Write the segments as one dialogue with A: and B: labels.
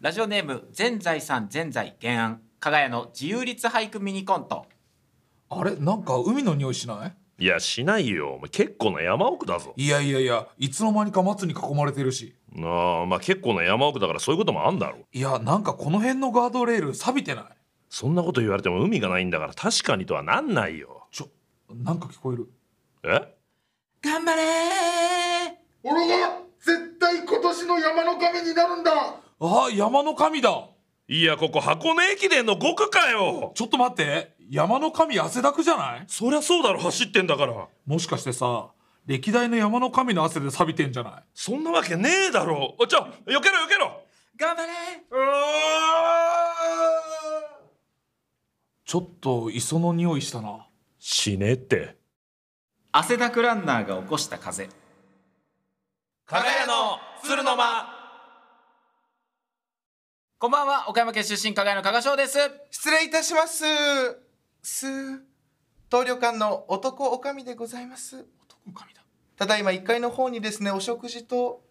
A: ラジオネーム全財産全財原案加賀屋の自由律俳句ミニコント
B: あれなんか海の匂いしない
C: いやしないよお前結構な山奥だぞ
B: いやいやいやいつの間にか松に囲まれてるし
C: ああまあ結構な山奥だからそういうこともあんだろ
B: いやなんかこの辺のガードレール錆びてない
C: そんなこと言われても海がないんだから確かにとはなんないよ
B: ちょなんか聞こえる
C: え
A: 頑張れー
D: 俺は絶対今年の山の神になるんだ
B: あ山の神だ
C: いやここ箱根駅伝の5区かよ
B: ちょっと待って山の神汗だくじゃない
C: そりゃそうだろ走ってんだから
B: もしかしてさ歴代の山の神の汗で錆びてんじゃない
C: そんなわけねえだろあちょ避けろ避けろ
A: 頑張れ
B: ちょっと磯の匂いしたな
C: 死ねって
A: 汗だくランナーが起こした風
C: 加賀屋の鶴の間
A: こんばんは岡山県出身加賀屋の加賀翔です
E: 失礼いたします。す、東旅館の男おかみでございます。
B: 男神だ
E: ただいま1階の方にですね、お食事と、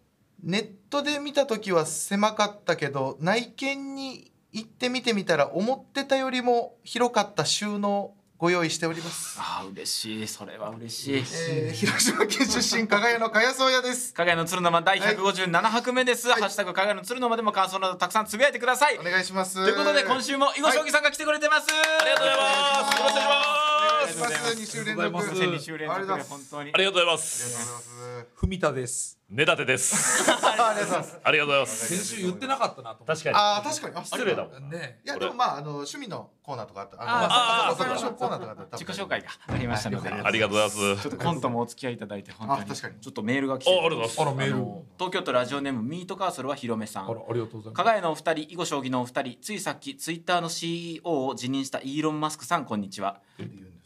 E: ネットで見た時は狭かったけど、内見に行ってみてみたら、思ってたよりも広かった収納ご用意しております。
A: あー嬉しいそれは嬉しい
E: えー広島県出身、加賀屋の加谷宗也です。
A: 加賀屋の鶴の間第157拍目です、ハッシュタグ加賀屋の鶴の間でも感想などたくさんつぶやいてください
E: お願いします。
A: ということで今週も囲碁将棋さんが来てくれてます、ありがとうございますよろしくお願いし
E: お願い
A: ま
E: しますす。2週連続。
B: ありがとう
A: 2週連続
B: ございます
A: で本当に
C: ありがとうございます
B: 文田です
C: 根立てです
E: ありがとうございます。
C: ありがとうございます
B: 先週言ってなかったなと思って
C: 確かに
E: ああ、確かに。あ
C: 失礼だもんない
B: ね
E: いや
C: 俺
E: でもまああの趣味のコーナーとかあった
A: あー
E: あの
A: あー
E: あそこそこそこそこコーナーとかあったら多分
A: 自己紹介がありましたので、
C: ありがとうございます
A: ちょっとコントもお付き合いいただいて本当
E: あ
A: に
E: 確かに
A: ちょっとメールが来
C: あ
A: て
C: ありがとうございます
B: あらメール
A: の東京都ラジオネームミートカーソルはひろめさ
B: あらあ
A: ん
B: りがとうござい
A: 加
B: ます
A: 賀屋のお二人囲碁将棋のお二人ついさっきツイッターの CEO を辞任したイーロン・マスクさんこんにちは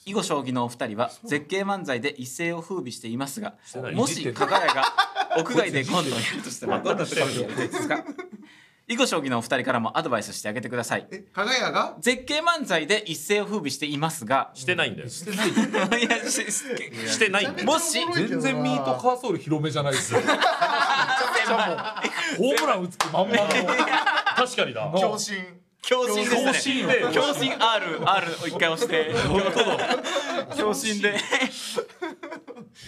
A: 囲碁将棋のお二人は絶景漫才で一世を風靡していますが
C: うだ
A: も
B: いじって
A: し
B: る
A: 加賀屋が屋外でコントをやるとしたらどんなところでやりたいですか囲碁将棋のお二人からもアドバイスしてあげてください
E: え加賀屋が
A: 絶景漫才で一世を風靡していますが
C: してないんだよ
B: してない
A: いやしし
C: してないんだよ
A: もし
B: 全然ミートカーソル広めじゃない ですよホームラン打つ気満々 の
C: 確かにだ
E: 強振
A: 強振ですね
C: 強振で
A: 強振 RR を一回押して強振で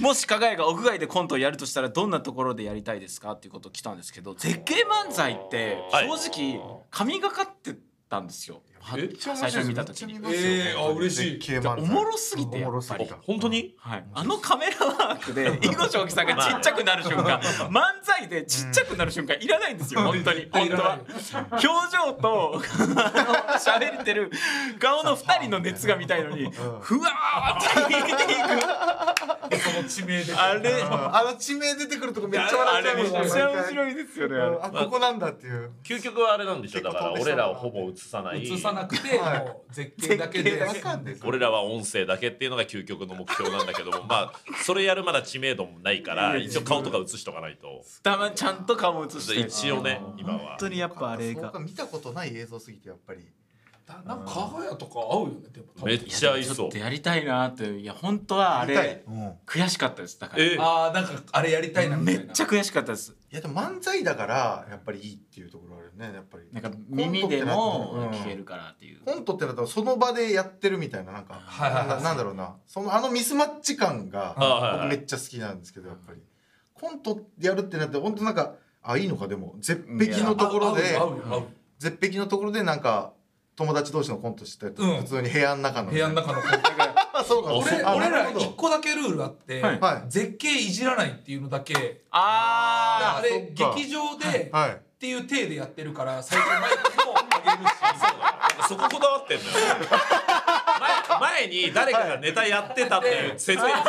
A: もし加賀谷が屋外でコントをやるとしたらどんなところでやりたいですかっていうこと来たんですけど絶景漫才って
C: はい
A: 正直神がかってたんですよ、
B: え
E: めっちゃ面白
A: 最
E: い
A: 初見た時に
E: めっちゃ見ますよ
B: えーあ嬉しい
E: 絶景漫才
A: おもろすぎて
E: お
A: や
E: もろ
A: っ
E: す
A: ぱ
E: ぎ
A: り
E: た。
C: 本当に
A: はい、あのカメラワークで囲碁将棋さんがちっちゃくなる瞬 間漫才でちっちゃくなる瞬間いらないんですよ本当に本
B: い
A: 当
B: らない
A: は表情と あの喋ってる顔の2人の熱が見たいのにふわーって逃げてい
B: その地名で
A: くあれ
E: あの地名出てくるとこめっち
A: あ
E: ゃ笑っちゃ
A: れ
E: いま
A: めっ
E: す
A: ちゃ面白いですよねあれ
E: あここなんだっていう
C: 究極はあれなんでしょだから
E: 結構飛
C: 俺
E: んでそうだな
C: らをほぼ映さない
B: 映さなくて
E: はい
B: もう絶景だけで
E: わかんない
C: 俺らは音声だけっていうのが究極の目標なんだけどもまあそれやるまだ知名度もないから一応顔とか映しとかないと
A: たまちゃんと顔も映して
C: 一応ね今
A: 本
C: は
A: 当にやっぱあれ
E: そうか
A: が
E: 見たことない映像すぎてやっぱり
B: なんか加賀屋とか合うよねでも
C: めっちゃいそう
A: やりたいなっていや本当はあ
E: やりたい
A: れ
E: うん
A: 悔しかったですだから
C: え
B: ああなんかあれやりたいなみた
A: め
B: いな
A: っちゃ悔しかったです
E: いやでも漫才だからやっぱりいいっていうところあるねやっぱり
A: なんか耳でも聞け
E: る
A: るからっていう
E: コントってなったらその場でやってるみたいななんか
B: はいはいはい
E: なんだろうなそのあのミスマッチ感が
C: あはいはい
E: 僕めっちゃ好きなんですけどやっぱりコントやるってなって本当なんかあいいのかでも絶壁のところで
B: 合うよ合うよ
E: 絶壁のところでなんか友達同士のコントしたりと
B: うん
E: か普通に部屋の中の
B: 部屋の中の
E: あ そうか
B: 俺
E: あ
B: 俺
E: な
B: ら
E: るほど
B: 一個だけルールあって
A: はい
E: はい
B: 絶景いじらないっていうのだけ
A: あ
B: あ
A: あ
B: れ
E: そっか
B: 劇場でっ
E: はい
B: ていう体でやってるから最初マイクも上げるし
C: そここだわってんのよ前前に誰かがネタやってたっていう説明だ
B: で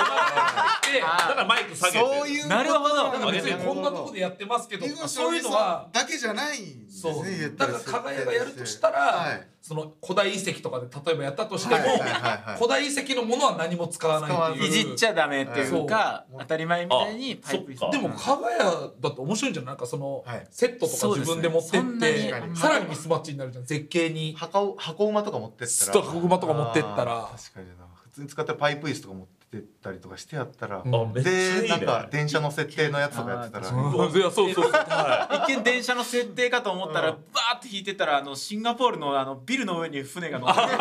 C: からマイク下げて
E: そういうこと
A: なるほど
B: だから別にこんなとこでやってますけど
E: 囲碁将
B: そうい
E: 棋
B: うの
E: さ
B: は
E: んだけじゃないんですね
B: そう
E: 言った
B: だから
E: りする
B: 加賀屋がやるとしたら、
E: はい
B: その古代遺跡とかで例えばやったとしても、
E: はいはいはいはい
B: 古代遺跡のものは何も使わないっていう
A: いじっちゃダメっていうか当たり前みたいにパイプ
C: あそっか
B: でも加賀屋だって面白いんじゃないなんかその、
E: はい
B: セットとか自分で持ってっ
A: そうですね
B: て、
E: そんなに
B: さらにミスマッチになるじゃん絶景に
E: 箱を箱馬とか持ってったら
B: ストック馬とか持ってったら
E: あー確かにな普通に使ってるパイプ椅子とか持ってっ
D: てったりとかしてやった
B: ん
D: ら、
C: あめっちゃいい
D: で
C: ね
D: なんか電車の設定のやつとかやってたら
A: あ
D: う
B: そうそうそうそう
C: は
A: 一見電車の設定かと思ったら、バーって引いてたらあのシンガポールのあのビルの上に船が乗ってる
C: い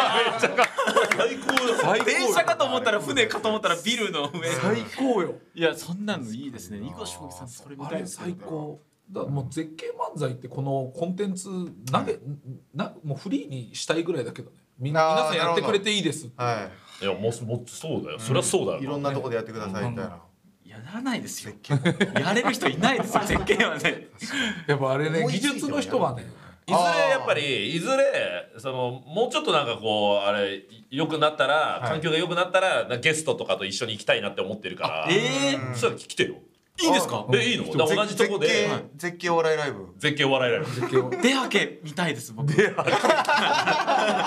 C: 最高です
B: 最高
A: 電
B: よ
A: 車かと思ったら船かと思ったらビルの上
B: 最高よ
A: いやそんなのいいですね囲碁将棋さんそれ見
B: あ
A: たい
B: れ
A: ですね
B: 最高だからもう絶景漫才ってこのコンテンツ投げ、なもうフリーにしたいぐらいだけどねみんな
E: あー
B: 皆さんやって
E: なるほ
B: く
E: ど
B: れていいですって
E: はい
C: やもうもうそうだよそりゃそうだよ
E: いいろんなとこでやってくださいみたいな。
A: いややらないですよやれる人いないですよ絶景はね
B: やっぱあれね
E: 思いつ
B: 技
E: いても
B: 術の人がね
C: いずれやっぱりいずれそのもうちょっとなんかこうあれ良くなったら環境が良くなったら、なんかゲストとかと一緒に行きたいなって思ってるから
A: ええ
C: そしたら来てよ
A: いいんですか
C: えいいのだから同じとこで
E: 絶景絶景お笑いライブ。
C: 絶景お笑いライブ
B: 絶景を
A: 出はけ見たいです僕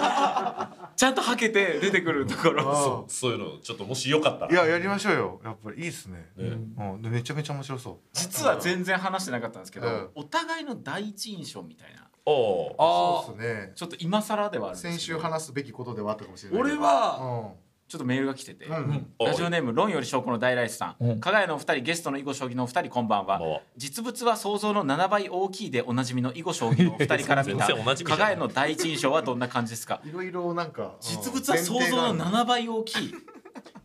A: ちゃんとはけて出てくるところ
E: あ
C: そういうのちょっともしよかった
E: あい
C: ら
E: ややりましょうよ。やっぱりいいですね。
C: ね
E: うんでめちゃめちゃ面白そう。
A: 実は全然話してなかったんですけど、
E: うん
A: お互いの第一印象みたいな
C: おう
B: あ
E: そ
B: あ
E: うですね。
A: ちょっと今更ではあるんですけど
E: 先週話すべきことではあったかもしれないけ
B: 俺
E: ど。
B: は
A: ちょっとメールが来てて、
E: うんうん
C: おう
A: ラジオネーム論より証拠の大来さん、
B: うん
A: 加賀屋のお二人ゲストの囲碁将棋のお二人こんばんは、
C: こんばんは
A: 実物は想像の7倍大きいでおなじみの囲碁将棋のお二人 から見た
C: 全然おなじみ
A: 加
C: じゃない
A: 賀屋の第一印象はどんな感じですか
E: いろいろなんか
A: 実物は想像の7倍大きい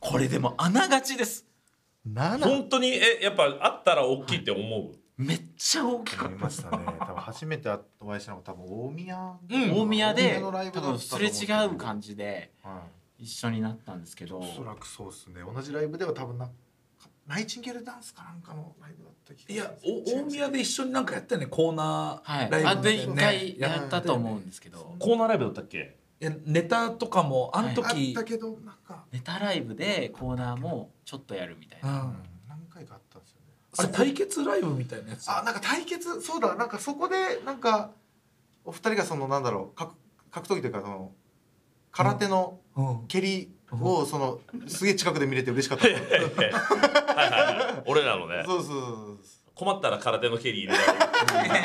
A: これでもあながちです
E: 七
C: 本当にえやっぱあったら大きいって思う
A: めっちゃ大きか
E: あ
A: っ
E: り
A: た
E: ました ね。多分初めてお会いしたのが多分大宮。
A: 大宮で
E: のライブだ
A: 多
E: ったと思
A: 分
E: んですけ
A: れ
E: ど
A: 違う感じで
E: はい
A: 一緒になったんですけど
E: おそらくそうですね同じライブでは多分なナイチンゲールダンスかなんかのライブだった気が
B: いやお大宮で一緒になんかやったよねコーナ
A: は
B: ー
A: い、
B: ライブ
A: あで
B: みたい
A: 一
B: な
A: 回やったと
B: う
A: 思うんですけど
C: コーナーライブだったっ け
B: ネタとかもあの
E: あっ
B: 時、
E: たけどなんか、
A: ネタライブでコーナーもちょっとやるみたいな
E: うん
B: うん、
E: 何回かあったんですよね
B: あれ対決ライブみたいなやつ
E: あなんか対決そうだなんかそこでなんかお二人がそのなんだろう格格闘技というかその空手の
B: うん
E: 蹴りをそのすげえ近くで見れて嬉し かった
C: はいはいはい俺らのね
E: そうそうそう
C: 困ったら空手の蹴り入れられる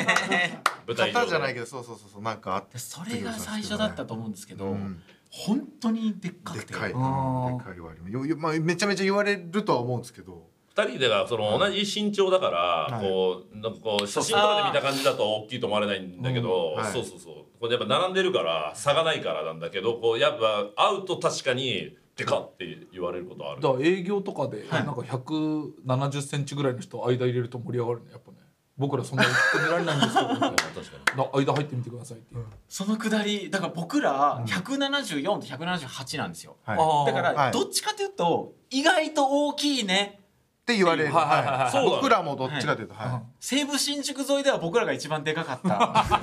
C: 舞台上
E: そう型
C: で
E: じゃないけどそうそうそうそうなんかあっ
A: でそれが最初だったと思うんですけど、
E: うん
A: 本当にでっか
E: でっ
A: くて
E: かい、うんでっ
B: あー
E: かい割によよまあめちゃめちゃ言われるとは思うんですけど
C: 二人でがその同じ身長だから、
E: はい
C: こうなんかこう写真とかで見た感じだと大きいと思われないんだけど、
E: うんはい
C: そうそうそうこれやっぱ並んでるから差がないからなんだけどこうやっぱ会うと確かにでかって言われることある
B: だから営業とかでなんか170センチぐらいの人間入れると盛り上がるねやっぱね僕らそんなに見られないんですけどだ
C: 確か
B: 間入ってみてくださいっていう、
A: そのくだりだから僕ら174と178なんですよ、
E: はい
B: あー
A: だか
E: は
A: ら
E: い
A: どっちかというと意外と大きいね
E: って言われる、
B: はいはいはいはい
E: はい僕らもどっちかというと、はい
A: 西武新宿沿いでは僕らが一番でか かった、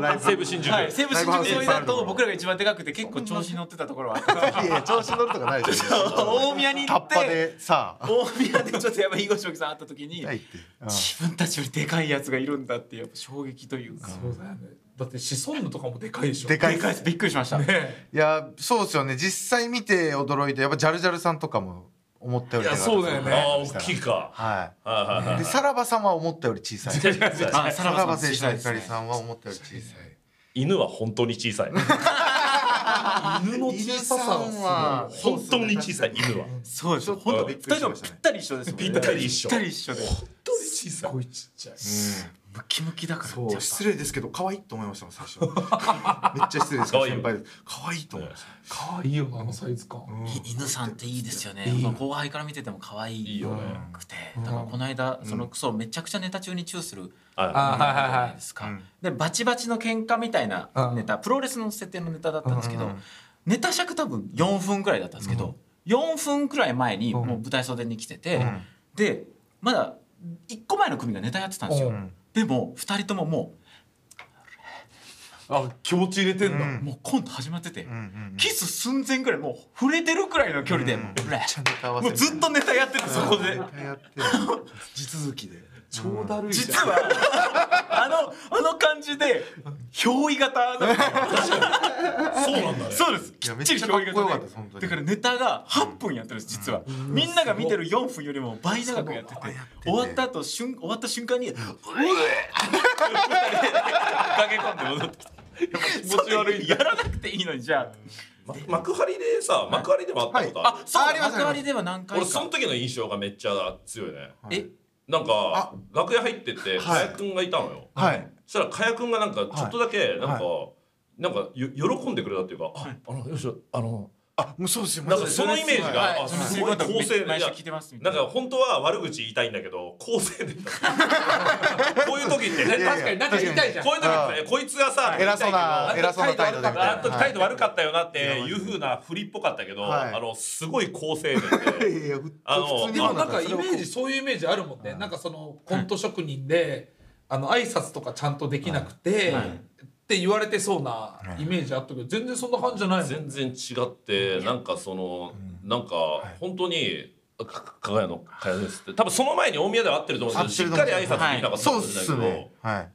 E: ライ
C: に
E: ブ
C: 西武新宿、
A: はい、西武新宿沿いだと僕らが一番でかくて結構調子に乗ってたところは あったんです
E: いやいや調子乗るとかないです
A: け
E: よ
A: ど大宮に行
E: タッ
A: って
E: パでさあ
A: 大宮でちょっとやばい囲碁将棋さん会った時に
E: 痛いって、うん
A: 自分たちよりでかいやつがいるんだってやっぱ衝撃というか
B: そうだよねだってシソンヌとかもでかいでしょ
E: で
B: ね
E: かい
A: でかいですびっくりしました、
B: え
E: いやそうですよね実際見て驚いてやっぱジャルジャルさんとかも思ったより
B: いやそうだよね
C: ああ大きいか
E: は
C: はいはいはい
E: いでさらばさんは思ったより小さいさ
C: 確かに
A: あさ
E: らば
A: ん
E: 青春
A: 小さ
E: の
A: いですね
E: 光さんは思ったより小さい
C: 犬は本当に小さい
B: 犬の小ささ
E: 犬さんは
B: はす
C: 本当に小さい犬は
A: そうですよ。
E: ちょっと
A: 本当
E: び
A: 二
E: っくり
A: 人
E: し
A: とも
E: ま
A: ぴ
E: したね
A: ったり一緒ですもんね。
C: ぴったり一緒
A: ぴったり一緒で。
B: ごい小さいすごいちっちゃい
A: ムキムキだから。
E: そう
A: やっぱ
E: 失礼ですけど可愛いと思いましたもん最初めっちゃ失礼ですけ
C: 可
E: ど
C: 愛い
E: 先輩です可愛いと思いまし
B: 可愛いよなあのサイズ感、
E: た
A: い犬さんっていいですよね。
B: いい
A: やっぱ後輩から見てても可愛い。
C: いいよね
A: くて、だからこの間そのクソめちゃくちゃネタ中にチューする。
C: は
B: あはいはい
A: じゃ
B: は
A: ないですか
E: うん
A: でバチバチの喧嘩みたいなネタプロレスの設定のネタだったんですけど、
E: うんうん
A: ネタ尺多分4分くらいだったんですけど、4分くらい前にもう舞台袖に来てて、
E: ん
A: でまだ1個前の組がネタやってたんですよ、
B: うん
A: でも2人ともも
B: あ気持ち入れてんだ、
E: うん
A: うもうコント始まってて、
E: うんうん
A: キス寸前くらいもう触れてるくらいの距離で、
E: うん
A: もう
E: めっちゃネタ合わせ
A: もうずっとネタやっててそこで
E: 絶対やってる地続きで
B: 超だるいじ
A: 実
B: ゃん
A: はあのあの感じで憑依型なんですよ
C: いそうなんだね
A: そうです。
E: い
A: き
E: や
A: っちり表現
E: めっちゃか
A: が
E: っこよかったです本当に
A: だからネタが8分やってるんです実は。みんなが見てる4分よりも倍長くやってて
E: そうやってて
A: 終わった後瞬終わった瞬間に「うえ!」駆け込んで戻ってきて。気持ち悪い。やらなくていいのにじゃあ。
C: ま幕張でさ幕張でも会ったことある、
A: あそう
E: ああり
A: だ
E: ます
A: 幕張では何回
C: 俺そ
A: か
C: の時の印象がめっちゃ強いね
A: え
C: なんか楽屋入ってって加
E: はい
C: 谷君がいたのよ、
E: はい
C: そしたら加谷君がなんかちょっとだけなんか、なんかよ喜んでくれたっていうか、ああのよしあの
D: あもうそうですよ
C: なんかそのイメージが、
A: はい
C: あすごい構成で
A: 毎
C: い
A: 週
C: や
A: 聞いてますみた
C: ないん
A: な
C: か本当は悪口言いたいんだけど構成でこういう時ってね
B: 確かになんか言いたいじゃん
C: こういう時ってねこいつがさ、言いたい
E: 偉
C: け
E: そう
C: ど
E: な偉そうな態度でみた
C: あの
E: い
C: 時
E: な
C: 態度悪かったよなっていうふうな振りっぽかったけど、
E: はい
C: あのすごい構成で
E: いやいやふ
C: あの
E: 普通に
B: でもなんかイ
E: それ
B: メ
E: をこう
B: ージそういうイメージあるもんね、なんかそのコント職人で、あの挨拶とかちゃんとできなくて、って言われてそうなイメージあったけど全然そんな感じじゃないもん
C: 全然違ってなんかそのなんか本当に「かか加賀谷の加谷です」って多分その前に大宮では合ってると思うんですけどしっかり挨拶できなかったか
E: そう
C: も
E: っ
C: しれない
E: す
C: けど、
E: ねはい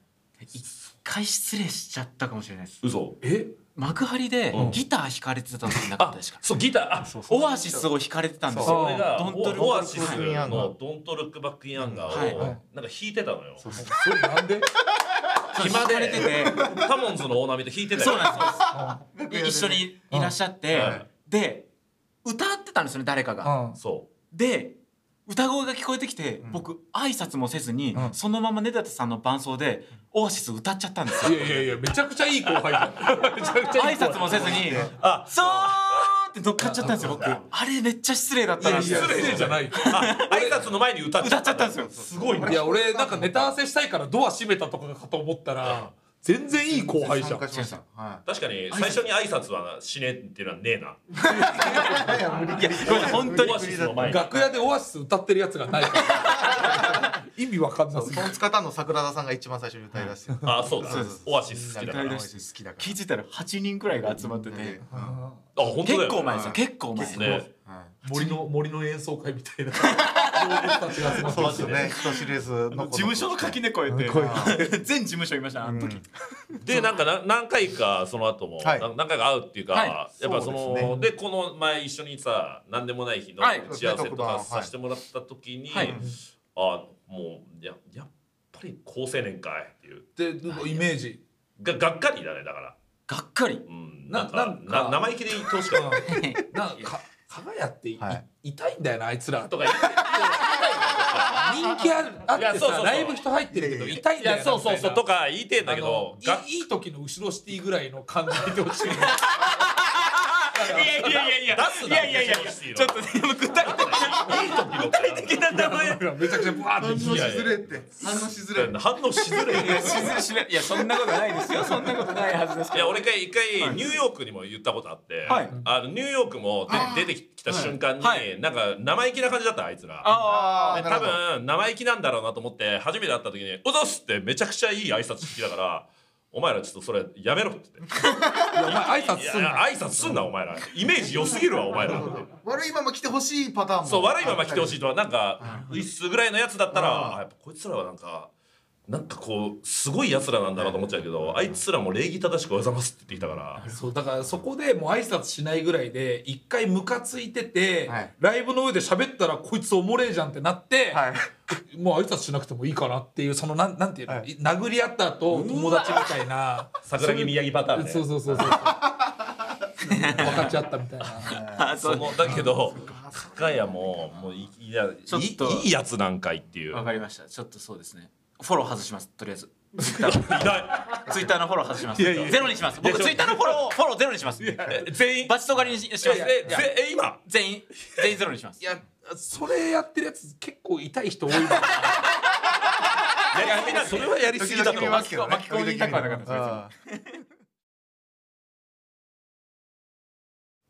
A: 一回失礼しちゃったかもしれないです
C: 嘘
B: え
A: 幕張で
C: うん
A: ギター弾かれてた時なかったですか
C: そうギターあそう
A: オアシスを弾かれてたんですよ
B: そう
C: 俺が
A: ドントルック
C: オアシス
E: バックインアンガ
C: の「
E: ー
C: ドントルックバックインアンガ
A: はい
C: ー」を
A: は
C: なんか弾いてたのよ
B: それなんで
C: 暇
A: 弾かれ
C: で
A: てて
C: タモンズのオーナミで弾いてた
A: そう
C: よ
A: なんですよ一緒にいらっしゃって、
C: うんはい
A: で歌ってたんですよね誰かが、
B: うん
C: そ
A: で歌声が聞こえてきて、僕挨拶もせずに、
B: うん
A: そのまま根立さんの伴奏でオアシス歌っちゃったんですよ
B: いやいやいやめちゃくちゃいい後輩じゃんめちゃくちゃ
A: 挨
B: いい後輩
A: 拶もせずに
C: うあ
A: そうって乗っかっちゃったんですよ僕あれめっちゃ失礼だったなって
B: いや失礼じゃないよ
C: あ挨拶の前に歌っち
A: 歌
C: ゃ
A: っ
C: っ
A: ちゃ
C: た
A: ったんですよ
C: すごいね
B: いや俺なんかネタ合わせしたいからドア閉めたとかかと思ったら全然いい後輩じゃん
E: 参加しましたは
C: 確かに最初に挨拶はなしねえっていうのはねえない
A: いやごめんなさ
E: いや無理
A: い本当に
C: オアシスの前に
B: 楽屋でオアシス歌ってるやつがないから 意味わかんなすぎ
E: トンツカタンの桜田さんが一番最初に歌い出して
C: あそうだ
A: そうです
C: オアシス好きだか
A: 歌い
C: ら
A: 出
C: あ
A: して好きだから気づいたら8人くらいが集まってて、
C: 本当だよ
A: 結構前ですよ
E: うん
A: 結構前
C: ですね
B: 森の森の演奏会みたいな動物たちが集まって
E: そう
B: ま
E: です
B: す
E: よね人知れずの
A: 事務所の垣根越えて全事務所いましたあの時、
C: でなんかな何回かその後も、
E: はい
C: な何回か会うっていうか、
A: はい
C: やっぱそ
E: そ
C: の
E: う
C: で,、
E: ですね
C: この前一緒にさ何でもない日の
A: はい
C: 打ち合わせとか
E: はい
C: させてもらった時に、
A: はい
C: あもうややっぱり高青年かいっていう
B: でイメー ジ
C: ががっかりだねだから、
A: がっかり
C: うん、
B: な
C: なんか
B: なんか
C: な生意気で言ってほし かっ
B: なんかか輝ってい
E: はい
B: 痛いんだよなあいつら
C: たとか言って
B: 人気あるあっ
C: いや
B: て
C: そう
B: さ
C: そうそう
B: ライブ人入ってるけど
E: いやいや
B: 痛いん
C: い
B: だよ
C: や
B: な
C: そうそうそうと
B: みたい
C: か言いてんだけ
B: な
C: ど
B: あの
C: が
B: いいいい時の後ろシティぐらいの感じでいてほしいの
A: いやいやいや
C: 出す
A: い
C: な
A: やいやいや
C: 出していいの
A: ちょっとでも具体的ないい時具体的な名前
B: めちゃくちゃブワー
E: 反応
B: って
E: しづれって反応しづれっ て
C: 反応しづらい
A: いやしずしめいやそんなことないですよそんなことないはずです
C: い
A: け
C: や
A: ど
C: 俺一回一回ニューヨークにも言ったことあって、
A: はい
C: あのニューヨークもで出てきた瞬間に、
A: は
C: なんか生意気な感じだったあいつら。
A: あ
E: あー
C: で
E: なる
C: 多
E: ほど
C: 分生意気なんだろうなと思って初めて会った時に「おどす!」ってめちゃくちゃいい挨拶してきたから「お前らちょっとそれやめろ」って言って
B: 挨拶
C: い
B: すん
C: や
B: な
C: 挨拶すんなお前らイメージ良すぎるわお前ら」って
E: 悪いまま来てほしいパターンも
C: そう悪いまま来てほし
E: い
C: いとはなんかうっすぐらいのやつだったら
E: うん
C: あやっぱこいつらはなんかなんかこうすごいやつらなんだなと思っちゃうけどあいつらも礼儀正しく「おはようございます」って言ってきたから。
B: そうだからそこでもう挨拶しないぐらいで一回ムカついてて、
E: はい
B: ライブの上で喋ったらこいつおもれえじゃんってなって、
E: はい
B: もう挨拶しなくてもいいかなっていうそのなんなんていうの、
E: はい
B: 殴り合った後友達みたいな
C: 桜木宮城パターンね
B: そうそうそうそう分かっちゃったみたいな
A: あそ
C: そうのだけど深谷ももういいやい
A: ちょっと
C: いいいやつなんかいっていう
A: わかりましたちょっとそうですねフォロー外しますとりあえず
C: いない
A: ツイッターのフォロー外します
B: いや
A: ゼロにします僕ツイッターのフォローをフォローゼロにします
C: え全員
A: バチとがりにしし
C: え
A: ます
C: えぜえ今
A: 全員全員ゼロにします
B: いやそれやってるやつ結構痛い人多い な
C: やりすぎなそれはやりすぎだと
E: 時
C: 思
E: 々見
C: う
E: ますけどね
A: 巻き込みたくはなかったです
E: うん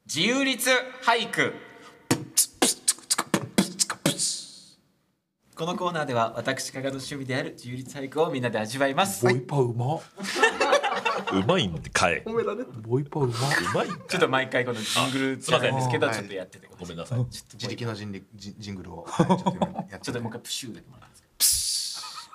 A: 自由律俳句このコーナーでは私加賀の趣味である自由律俳句をみんなで味わいます、
B: ボイパうま
C: うまいんでかい
E: 褒められて
B: ボイパうま
C: うまい
A: ちょっと毎回このジングルつまんですけどちょっとやってて
C: ごめんなさい
E: 自力の人力ジジングル をはいちょっと今やっ
A: ち
E: ち
A: ょ
E: ゃ
A: っと
E: って
A: もう一回プシューだけもらっていいですか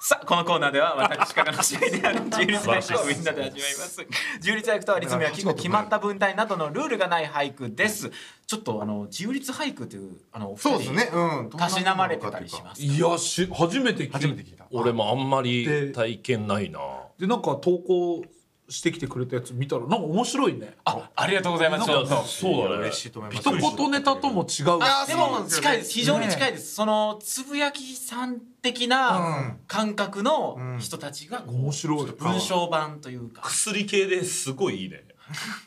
A: さあこのコーナーでは私からの趣味である自由律俳句をみんなで味わいます自由律俳句とはリズムや季語決まった文体などのルールがない俳句ですちょっとあの自由律俳句というあのお
E: そ
A: 二
E: うです
A: 人
E: ねうん
A: たしなまれてたりします
B: いやし初めて聞い
E: 初めて聞いた
C: 俺もあんま
B: で
C: り体験ないな
B: でなんか投稿してきてくれたやつ見たらなんか面白いね
A: あありがとうございますちょっと
C: そうだね
E: 嬉しいと思います
B: 一言ネタとも違う
E: あ
A: で
E: そうなん
A: も
E: ですよ
A: 近
E: ね
A: いです非常に近いです、そのつぶやきさん的な感覚の人たちがこう
B: 面白い
A: 文章版というか
C: 薬系ですごいいいね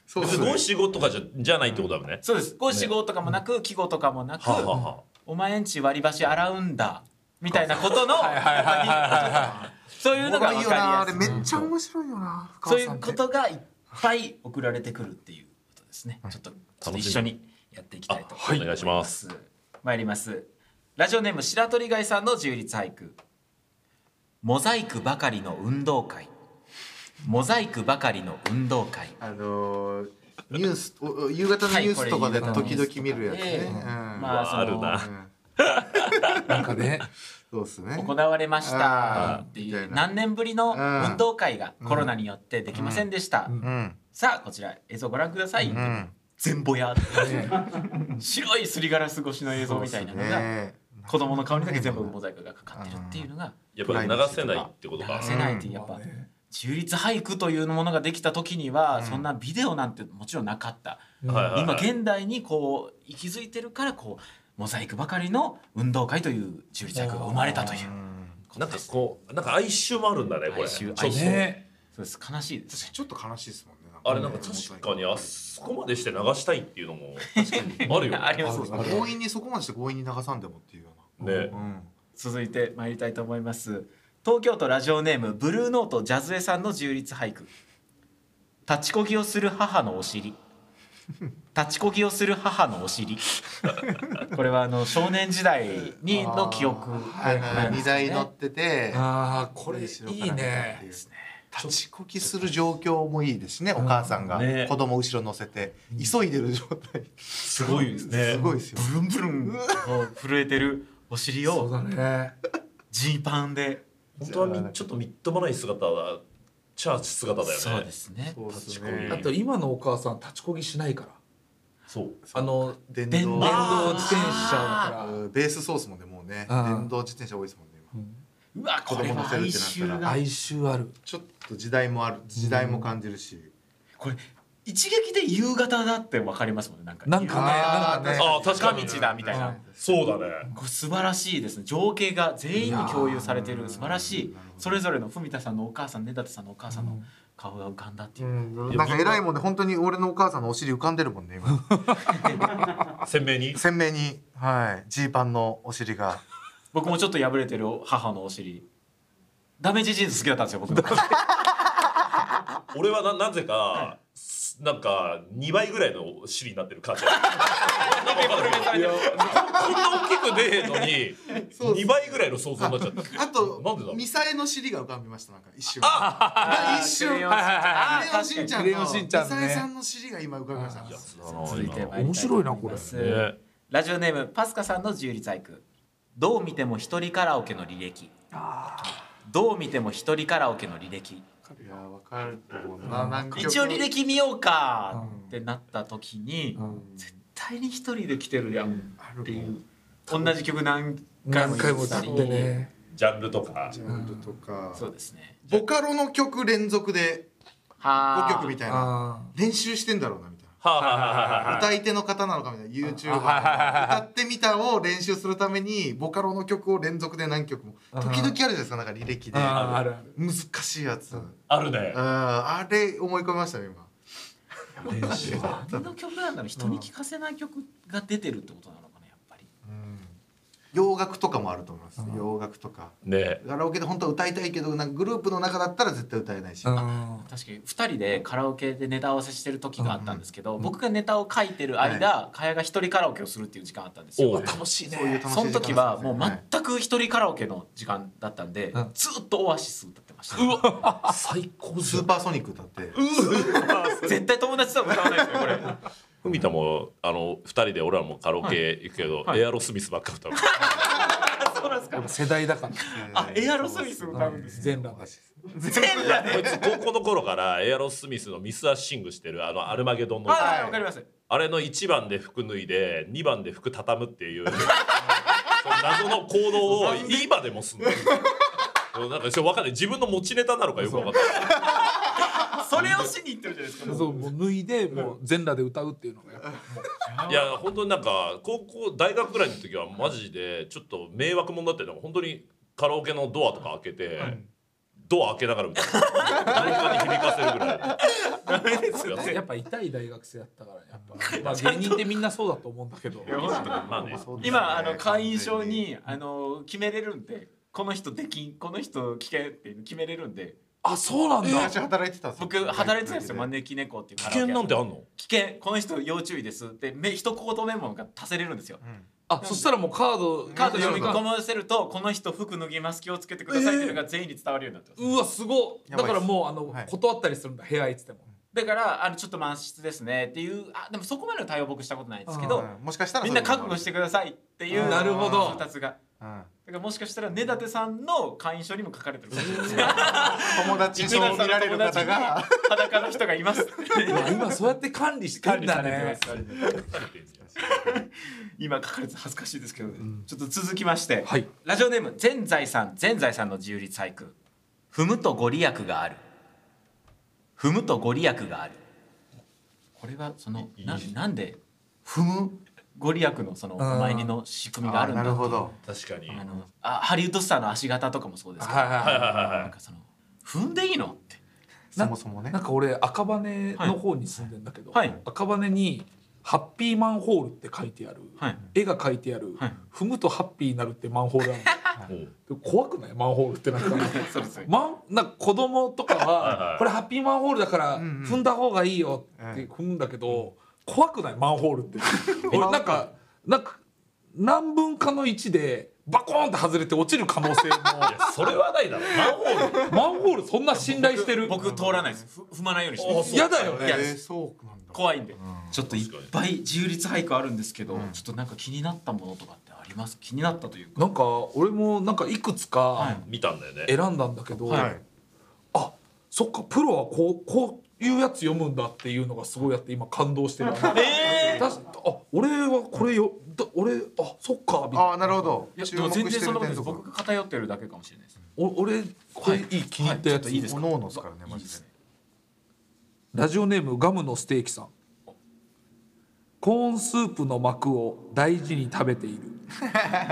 E: そうです
C: す
E: ね
C: ごい死後とかじゃじゃないってことだもんね、
A: そうです五死語とかもなく記号とかもなく、
C: はあ、はあは
A: お前んち割り箸洗うんだみたいなことのそういうのが
E: い
A: 分
E: いよなあ
A: か
E: れ
A: り
E: め
A: やすい
E: っちゃ面白いよな深
A: そう
E: 川
A: い
E: さん
A: う
E: って
A: ことがいっぱい送られてくるっていうことですね、ちょっとちょっと一緒にやっていきたいと思
C: いお願いしま
A: ますす、参りますラジオネーム白鳥貝さんの自由律俳句モザイクばかりの運動会モザイクばかりの運動会
E: あのーニュースおお夕方のニュースとかで
A: はいこれ
E: 時々見るやつ
A: 夕方
E: ね
A: のニュースとか
E: うん
A: まあ
C: あるな
A: そ
E: うん
B: なんかね
E: そうですね
A: 行われましたってい
E: あーみた
A: う
E: いな
A: 何年ぶりの
E: うん
A: 運動会がコロナによってできませんでした、
E: うん
A: さあこちら映像ご覧ください、
E: うん
A: 全ぼや白いすりガラス越しの映像みたいなの
E: そうっす
A: が
E: ね
A: 子供の顔にだけ全部モザイクがかかってるっていうのが
C: やっぱり流せないってことか
A: 流せないって やっぱ中立俳句というものができた時にはそんなビデオなんてもちろんなかった
C: はいはい
A: 今現代にこう息づいてるからこうモザイクばかりの運動会という中立俳句が生まれたということ
C: なんか
A: です
C: こうなんか哀愁もあるんだねこれ
A: 哀愁
C: ちょっと
A: 哀愁
B: ね
A: そうです悲しいですね
D: ちょっと悲しいですもんね。
C: あれなんか確かにあそこまでして流したいっていうのもある よ
A: あります
E: そうですね強引にそこまでして強引に流さんでもっていうような
C: ね
E: うん
A: 続いて参りたいと思います東京都ラジオネームブルーノートジャズエさんの充実俳句立ちこぎをする母のお尻立ちこぎをする母のお尻これはあの少年時代にの記憶
E: はいはいはい荷台乗ってて
B: ああこれい
E: 後ろから見
B: い
E: たって
B: ね
E: う立ちこきする状況もいいですねお母さんが
C: ね
E: 子供を後ろ乗せて急いでる状態
C: すごいですね
E: すごいですよ
A: ブルンブルンこう震えてるお尻
B: そう
A: を
B: だね
A: ジーパンで
C: 本当はみちょっとみっともない姿だチャーチ姿だよね
A: そうですね
E: そうです
C: 立ちこぎ
E: ね
B: あと今のお母さん立ちこぎしないから
C: そう
B: あの
E: 電
A: 電動
E: 動
B: 電動
A: あー
B: 自転車だか
E: ベースソースもねもうね
B: うん
E: 電動自転車多いですもんね今
A: うわこれは哀愁
B: ら
A: が
B: 哀愁ある
E: ちょっと時代もある時代も感じるし
A: これ一撃で夕方だってわかりますもんねなんか
B: なんかねな
E: あー
B: んかね
C: ああ確か
A: 坂
C: に
A: 道だみたいな、
C: そうだね
A: これ素晴らしいですね情景が全員に共有されている素晴らしいそれぞれの文田さんのお母さん根立さんのお母さんの顔が浮かんだっていう、
E: うんなんか偉いもんね本当に俺のお母さんのお尻浮かんでるもんね今
C: 鮮明に
E: 鮮明にはいジーパンのお尻が
A: 僕もちょっと破れてる母のお尻ダメージジーンズ好きだったんですよ僕
C: 俺はななぜかすなんか2倍ぐらいの尻になってる感じなんか
A: いや
C: こんな大きくねえのに
E: そう
C: 2倍ぐらいの想像になっちゃったな
E: あ
C: んでだろ
E: と
C: う
E: ミサエの尻が浮かびましたなんか一瞬あ 一瞬
A: クレヨンしんちゃん
E: クレヨ
B: クレヨ
E: ンしんちゃん
B: ンしんちゃん
E: の
B: ね
E: ミサエさんの尻が今浮かびました
C: いやあの
A: 続いて参り
C: 今
A: たと思ま
B: 面
A: す
B: 白
C: ね
A: ラジオネームパスカさんの自由律俳句どう見ても一人カラオケの履歴どう見ても一人カラオケの履歴
E: いやわかると思うななんか
A: 一応履歴見ようかってなった時に、絶対に一人で来てるやんっていう同じ曲何回も
B: 何回も
A: た
B: 歌
A: り
B: ってね
C: ジャンルとか
E: ジャンルとか
A: そうですね
E: ボカロの曲連続で
A: は
E: 5
A: あ
E: 曲みたいな
B: あ
E: 練習してんだろうなみたいな
C: はあはあはあはあ
E: 歌い手の方なのかみたいな YouTube
B: あ
E: 歌ってみたを練習するためにボカロの曲を連続で何曲も時々あるじゃないですかなんか履歴で
B: ああるある
E: 難しいやつ
C: あるね
E: あーあれ思い込みましたね今
A: 何の曲なんだろう人に聴かせない曲が出てるってことなのかなやっぱり
E: 洋楽とかもあると思います洋楽とか
C: ね
E: カラオケで本当は歌いたいけどなんかグループの中だったら絶対歌えないし
B: うん
A: 確かに2人でカラオケでネタ合わせしてる時があったんですけど、僕がネタを書いてる間、かやが一人カラオケをするっていう時間あったんですよ
C: おう
B: 楽しい
E: そういう
B: ね
E: 楽しい
A: その時
E: 時間
A: はも
E: ですね
A: う全く一人カラオケの時間だったんで、
B: うん
A: ずっとオアシス歌ってました、
C: 最高
E: スーパーソニック歌って
A: 絶対友達とは歌わないですよこ れ
C: 文田もあの二人で俺らもカラオケ行くけど、エアロスミスばっか歌う
A: そうなんですか
B: 世代だから
A: あエアロスミス歌うんですね
B: 全裸だし
A: 全裸で
C: こいつ高校の頃からエアロスミスのミス・アッシングしてるあのアルマゲドンの、
A: はいわかります
C: あれの1番で服脱いで2番で服畳むっていう その謎の行動を今でもすんのなんかそれ分かんない自分の持ちネタなのかよく分かんない
A: それをしに行ってるじゃないですか
B: そうもう脱いでもう全裸で歌うっていうのがやっぱ
C: いや本当になんか高校大学ぐらいの時はマジでちょっと迷惑者だったよなんか本当にカラオケのドアとか開けて、ドア開けながらみたいな何かに響かせるぐらいやって
B: やっぱ痛い大学生だったからや っぱ、まあ、芸人ってみんなそうだと思うんだけど
C: まあね
A: 今あの会員証にあの決めれるんでこの人できんこの人危険っていうの決めれるんで
B: あそうなんだ、
E: 昔働いてたんですよ
A: 僕働いてたんですよ招き猫っていう
C: 危
A: カラオケ
C: 険なんてあんの
A: 危険この人要注意ですってめ一言メモが足せれるんですよ
B: あそしたらもうカード
A: カード読み込ませるとこの人服脱ぎます気をつけてくださいっていうのが全員に伝わるようになってます
B: うわすごい
E: や
B: だ
E: ばいっ
B: から
E: す
B: もうあの、
E: はい
B: 断ったりするんだ部屋いつでも
A: だからあのちょっと満室ですねっていうあでもそこまでの対応僕したことないですけ
E: う
A: ど
E: んもしかしたら
A: みんな覚悟してくださいっていう
B: なるほど
A: 2つが
E: うん
A: だからもしかしたら根建さんの会員証にも書かれてるかもしれない
E: 友達
A: 一番
E: そう見られる方が
A: 裸の人がいます
B: あ今そうやって管理してんだね
A: 今書かれて恥ずかしいですけどね、ちょっと続きまして、
B: はい
A: ラジオネーム全財産全財産の自由律俳句踏むとご利益がある踏むとご利益があるこれはそのななんで踏むご利益のそのお参りの仕組みがあるんだ
E: な
A: ってい
E: る
A: う
E: ほど
C: 確かに
A: あのあハリウッドスターの足型とかもそうですけど、
B: はいはいは
A: なんかその踏んでいいの って
E: そもそもね
B: いなんか俺赤羽の方に住んでんだけど、
A: はいはい
B: 赤羽に「ハッピーマンホール」って書いてある、
A: はい
B: 絵が書いてある、
A: はい
B: 踏むとハッピーになるってマンホールある
C: うん
B: の怖くないマンホールってなんか
A: そうですね
B: マンなんか子供とか
C: はいは
B: はいこれハッピーマンホールだから
E: んうん
B: 踏んだ方がいいよって踏むんだけど怖くないマンホールって俺なんかなんか何分かの位置でバコーンって外れて落ちる可能性も
C: いや それはないだろマンホール
B: マンホールそんな信頼してる
A: 僕通らないですふ踏まないようにして
C: あ
A: ま
C: そ
A: す
C: う
B: 嫌だよね
A: いや
E: えーそうなんだ
A: 怖いんで、ちょっといっぱい自由律俳句あるんですけど、ちょっとなんか気になったものとかってあります気になったというか
B: なんか俺もなんかいくつ
A: は
B: か
A: い
C: 見たんだよね
B: 選んだんだけど
E: はい
B: あそっかプロはこうこういうやつ読むんだっていうのがすごいあって今感動 してる。
A: え
B: だしあ俺はこれよだ俺あそっかみたいな
E: ああなるほど
A: いや
E: 注
A: でも
E: 目
A: 全
E: し
A: 然
E: て
A: そん
E: る
A: なことないで
E: 点
A: す
E: とか
A: 僕が偏ってるだけかもしれないです
B: お俺これいい気に入ったやつ、
A: はいいいですか
E: おのおのですからねマジで
B: ラジオネームガムのステーキさんコーンスープの膜を大事に食べている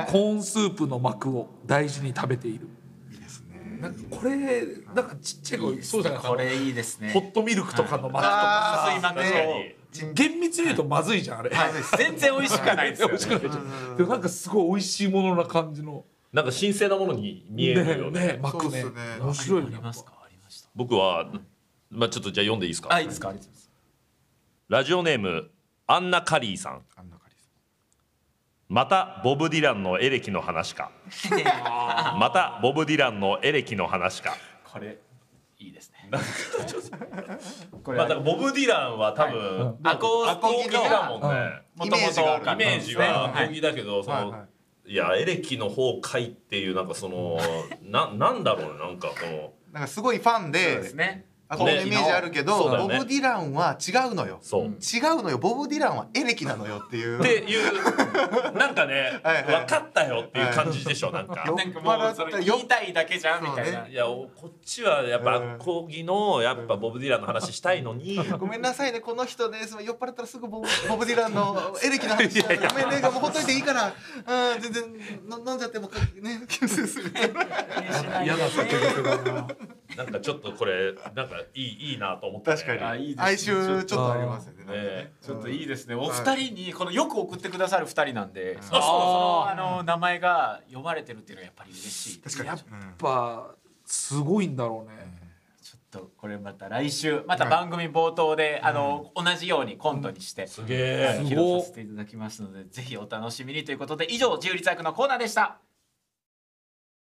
B: コーンスープの膜を大事に食べているいいですねこれなんかちっちゃい頃そうじゃない
A: これいいですね
B: ホットミルクとかの膜とかさ、
E: あ
A: そう今
C: 確かに
B: 厳密に言うとまずいじゃんあれ、
A: 全然美味しくはないですよ、
B: 美味しくないじゃんでもなんかすごい美味しいものな感じの
C: なんか神聖なものに見えるよね
B: ね膜ね
E: そうっすね
B: 面白いよ
A: あ
B: ね
A: りますかありました
C: 僕はまあちょっとじゃあ読んでいいですか
A: あいいですかありがとうござい
C: ラジオネームアンナ・カリーさん
E: あんな感じです
C: またボブ・ディランのエレキの話 かまたボブ・ディランのエレキの話か
A: ますこれいいです ねこれ
C: まあ、だからボブ・ディランは多分、
A: アコー
E: アコ
A: ス
E: ギ
A: ティック
E: だ
C: だもんね、
E: イメージがある
C: イメージは
A: は
C: ア
A: い
C: コギだけど、その、
E: はいい
C: や
E: は
C: エレキの方かいっていうなんかそのななんだろうねなんかこの
E: なんかすごいファン
A: そうで
E: です
A: ね
E: あこのイメージあるけど、
C: そうだよ
E: ボ
C: ね
E: ブ・ディランは違うのよ
C: そう、っ
E: 違うのよボブ・ディランはエレキなのよって いう
C: ていうなんかね
E: はいはい
C: 分かったよっていう感じでしょなんか。
A: なんかもうそれ言いたいだけじゃんみたい
E: そう
A: ない
C: やおこっちはやっぱアコギのやっぱボブ・ディランの話したいのに、
E: ごめんなさいねこの人です酔っ払ったらすぐボ ブボブ・ディランのエレキの話しちゃうごめんねもうほっといていいからうん全然の飲んじゃってもかね
A: 嫌だったけ
C: なんかちょっとこれなんかいいいいなと思って、
E: 確か
A: あいいですね
E: 哀愁ちょっとありますよねなんか
C: ね
E: ね
A: ちょっといいですね。お二人にこのよく送ってくださる二人なんで、そのその
B: あ
A: あの名前が呼ばれてるっていうのはやっぱり嬉しい。
E: 確かに
A: いや
E: うん
B: やっぱすごいんだろうね、
A: ちょっとこれまた来週また番組冒頭で、あの同じようにコントにして、
C: すげえ
A: 披露させていただきますので、ぜひお楽しみにということで以上自由律役のコーナーでした。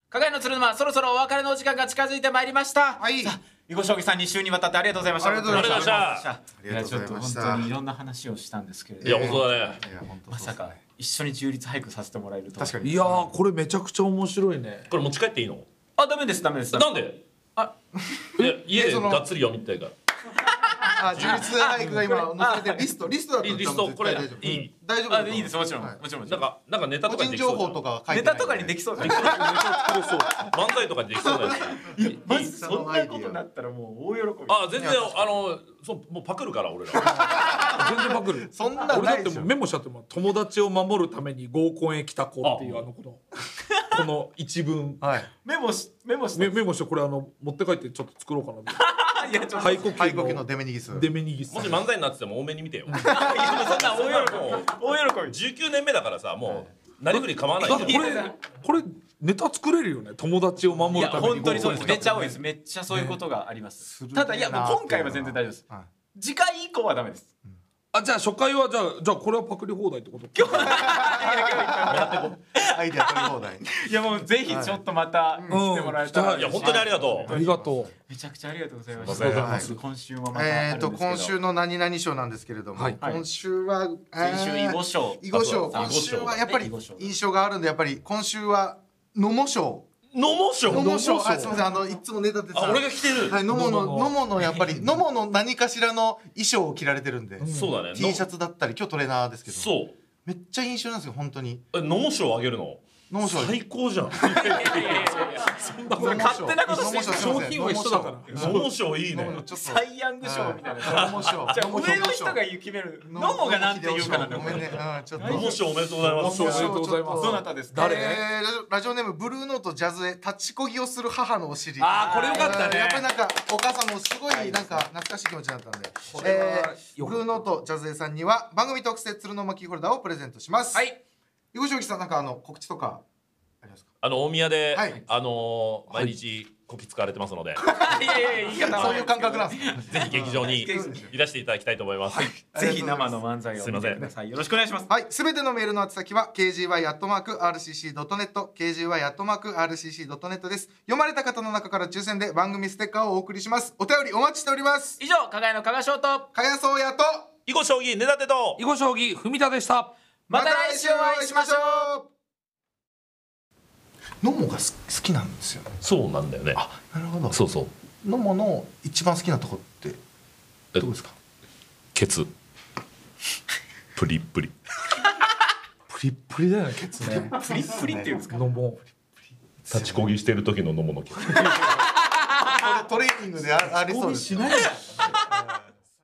A: 加賀屋の鶴沼そろそろお別れのお時間が近づいてまいりました。
E: はい
A: さあ囲碁将棋さんに週にわたってありがとうございました。。
E: ありがとうございましたありがとうございました
A: やちょっと本当にいろんな話をしたんですけれど
C: いや本当だね
E: いや本当
A: ま
E: そう
A: さ
E: です
A: か
E: ね
A: 一緒に中立俳句させてもらえるとは
E: 確かに
B: いやーこれめちゃくちゃ面白いね
C: これ持ち帰っていいの
A: あダメですダメです
C: なんで
A: あ
C: いや家
E: え
C: で
E: その
C: がっつり読みたいから
E: あ、充実 ライクが今載せててリストリストだったら
C: リスト
E: 多分絶対
C: これ
E: 大丈夫
C: いい
E: 大丈夫だと
A: あ
E: 思
A: いいですもちろん、
E: はい
A: もちろんもちろ
C: なん
A: ん
C: かなんかネタと
E: 個
C: かにで
E: 人
C: きそ
E: 情
C: うじゃ
E: 報
C: ん
E: とかは書い
A: ネ
E: てな
A: タと
E: い
A: かにできそうだね
C: 漫才とかにできそうだし
A: マジ
E: そ
A: そ
E: ん
A: ん
E: な
A: な
E: こ
A: ことと
E: な
A: なったらもう大喜び
C: あ全然あのそうもうパクるから俺ら
B: 全然パクる
E: そんなん
B: 俺だ
E: な
B: って
E: いでし
B: も
E: ょ
B: うメモしちゃっても友達を守るために合コンへ来た子っていうあのこのこの一文
E: はい
A: メモしメモし
B: メ
A: て
B: メモしてこれあの持って帰ってちょっと作ろうかなと
A: いやちょっと、
B: 肺呼
E: 肺呼
B: 吸
E: 吸の
B: の
E: デメニギス
B: デメニギス
C: もし漫才になってても多めに見 てよ
A: いやそんな大喜び
C: もう
A: 大喜び
C: 19年目だからさもう何振り構わない
B: だってこれこれネタ作れるよね友達を守
A: い
B: る
A: や
B: ために
A: 本当にそうですめっちゃ多い
B: い
A: ですめっちゃそういうことがあります、
E: ね
A: ただいやもう今回は全然大丈夫です
E: はい
A: 次回以降はダメです
B: あじゃあ初回はじゃあじゃあこれはパクリ放題ってこと
E: アイデア取り放題
A: いやもうぜひちょっとまた来てもらえたら、
B: うん
C: いや本当にありがとう
B: ありがと
A: めちゃくちゃありがとうございま
C: ありがとうござい
E: ま
A: した
E: す
A: 今週はまたあ
E: えっ
A: るん
E: と
A: ですけど
E: 今週の何々賞なんですけれども、
B: はい
A: はい
E: 今週は
A: 先週囲碁
E: 賞
A: 賞
E: 囲碁賞
C: あそう
E: 今週はやっぱり
A: 囲碁賞
E: 印象があるんでやっぱり今週は野茂賞
C: のもしょ
E: 野茂賞
B: 野茂賞
E: あすみませんあのいつもネタで
C: あ
E: さ
C: 俺が来てる
E: はい、野茂の
B: 野茂
E: 野茂のやっぱり野茂の何かしらの衣装を着られてるんで、
C: そうだね
E: T シャツだったり今日トレーナーですけど
C: そう
E: めっちゃ印象なんですよ本当に
C: えのもしょをあげるの
E: 野茂賞
C: 最高 じゃん
A: それ勝手なことしてる
B: 商品は一緒だから
C: のもしょいいね
E: ちょっと
A: サイ・ヤング賞みたいな、
E: 野茂賞
A: じゃあ上の人が決めるノモがなんて言うかなんだ
E: ご
A: よ
E: めんね、うん、ちょっと
C: のもしょおめでとうございます
B: うおめでとうございます
A: どなたですか
B: 誰
E: えーラジオラジオネームブルーノートジャズへ立ちこぎをする母のお尻
B: あーこれよかったね
E: やっぱりなんかお母さんもすごいなんか懐かしい気持ちになったんで、
B: れは
E: えー
B: よかった
E: ブルーノートジャズへさんには番組特製鶴の巻ホルダーをプレゼントします
A: はい
E: 横尾さんなんかあの告知とかありますか
C: あの大宮で、
E: はい
C: あのー毎日こき使われてますので、
A: いやいやいや言い方は
E: そういう感覚なんですか
C: ぜひ劇場 に
E: うん
C: いらしていただきたいと思います。
A: ぜひ生の漫才を見てくださいよろしくお願いします
E: はい、すべてのメールの宛先は kgy.rcc.net kgy.rcc.net です。読まれた方の中から抽選で番組ステッカーをお送りします。お便りお待ちしております。
A: 以上加賀屋の加賀翔と
E: かやそうやと、
C: 囲碁将棋根立てと
B: 囲碁将棋文田でした
A: また来週お会いしましょ
E: ょう。のもがす好きなんですよ。
C: そうなんだよね。あ、
E: なるほど。
C: そうそう。
E: のもの一番好きなとこってどこですか。
C: ケツ。プリップリ。
B: プリップリだよねケツね
A: うプリップリっていうんですか
B: のも
C: 立ちこぎしてる時ののものケツ。
E: これトレーニングであありそうですよ。
B: ない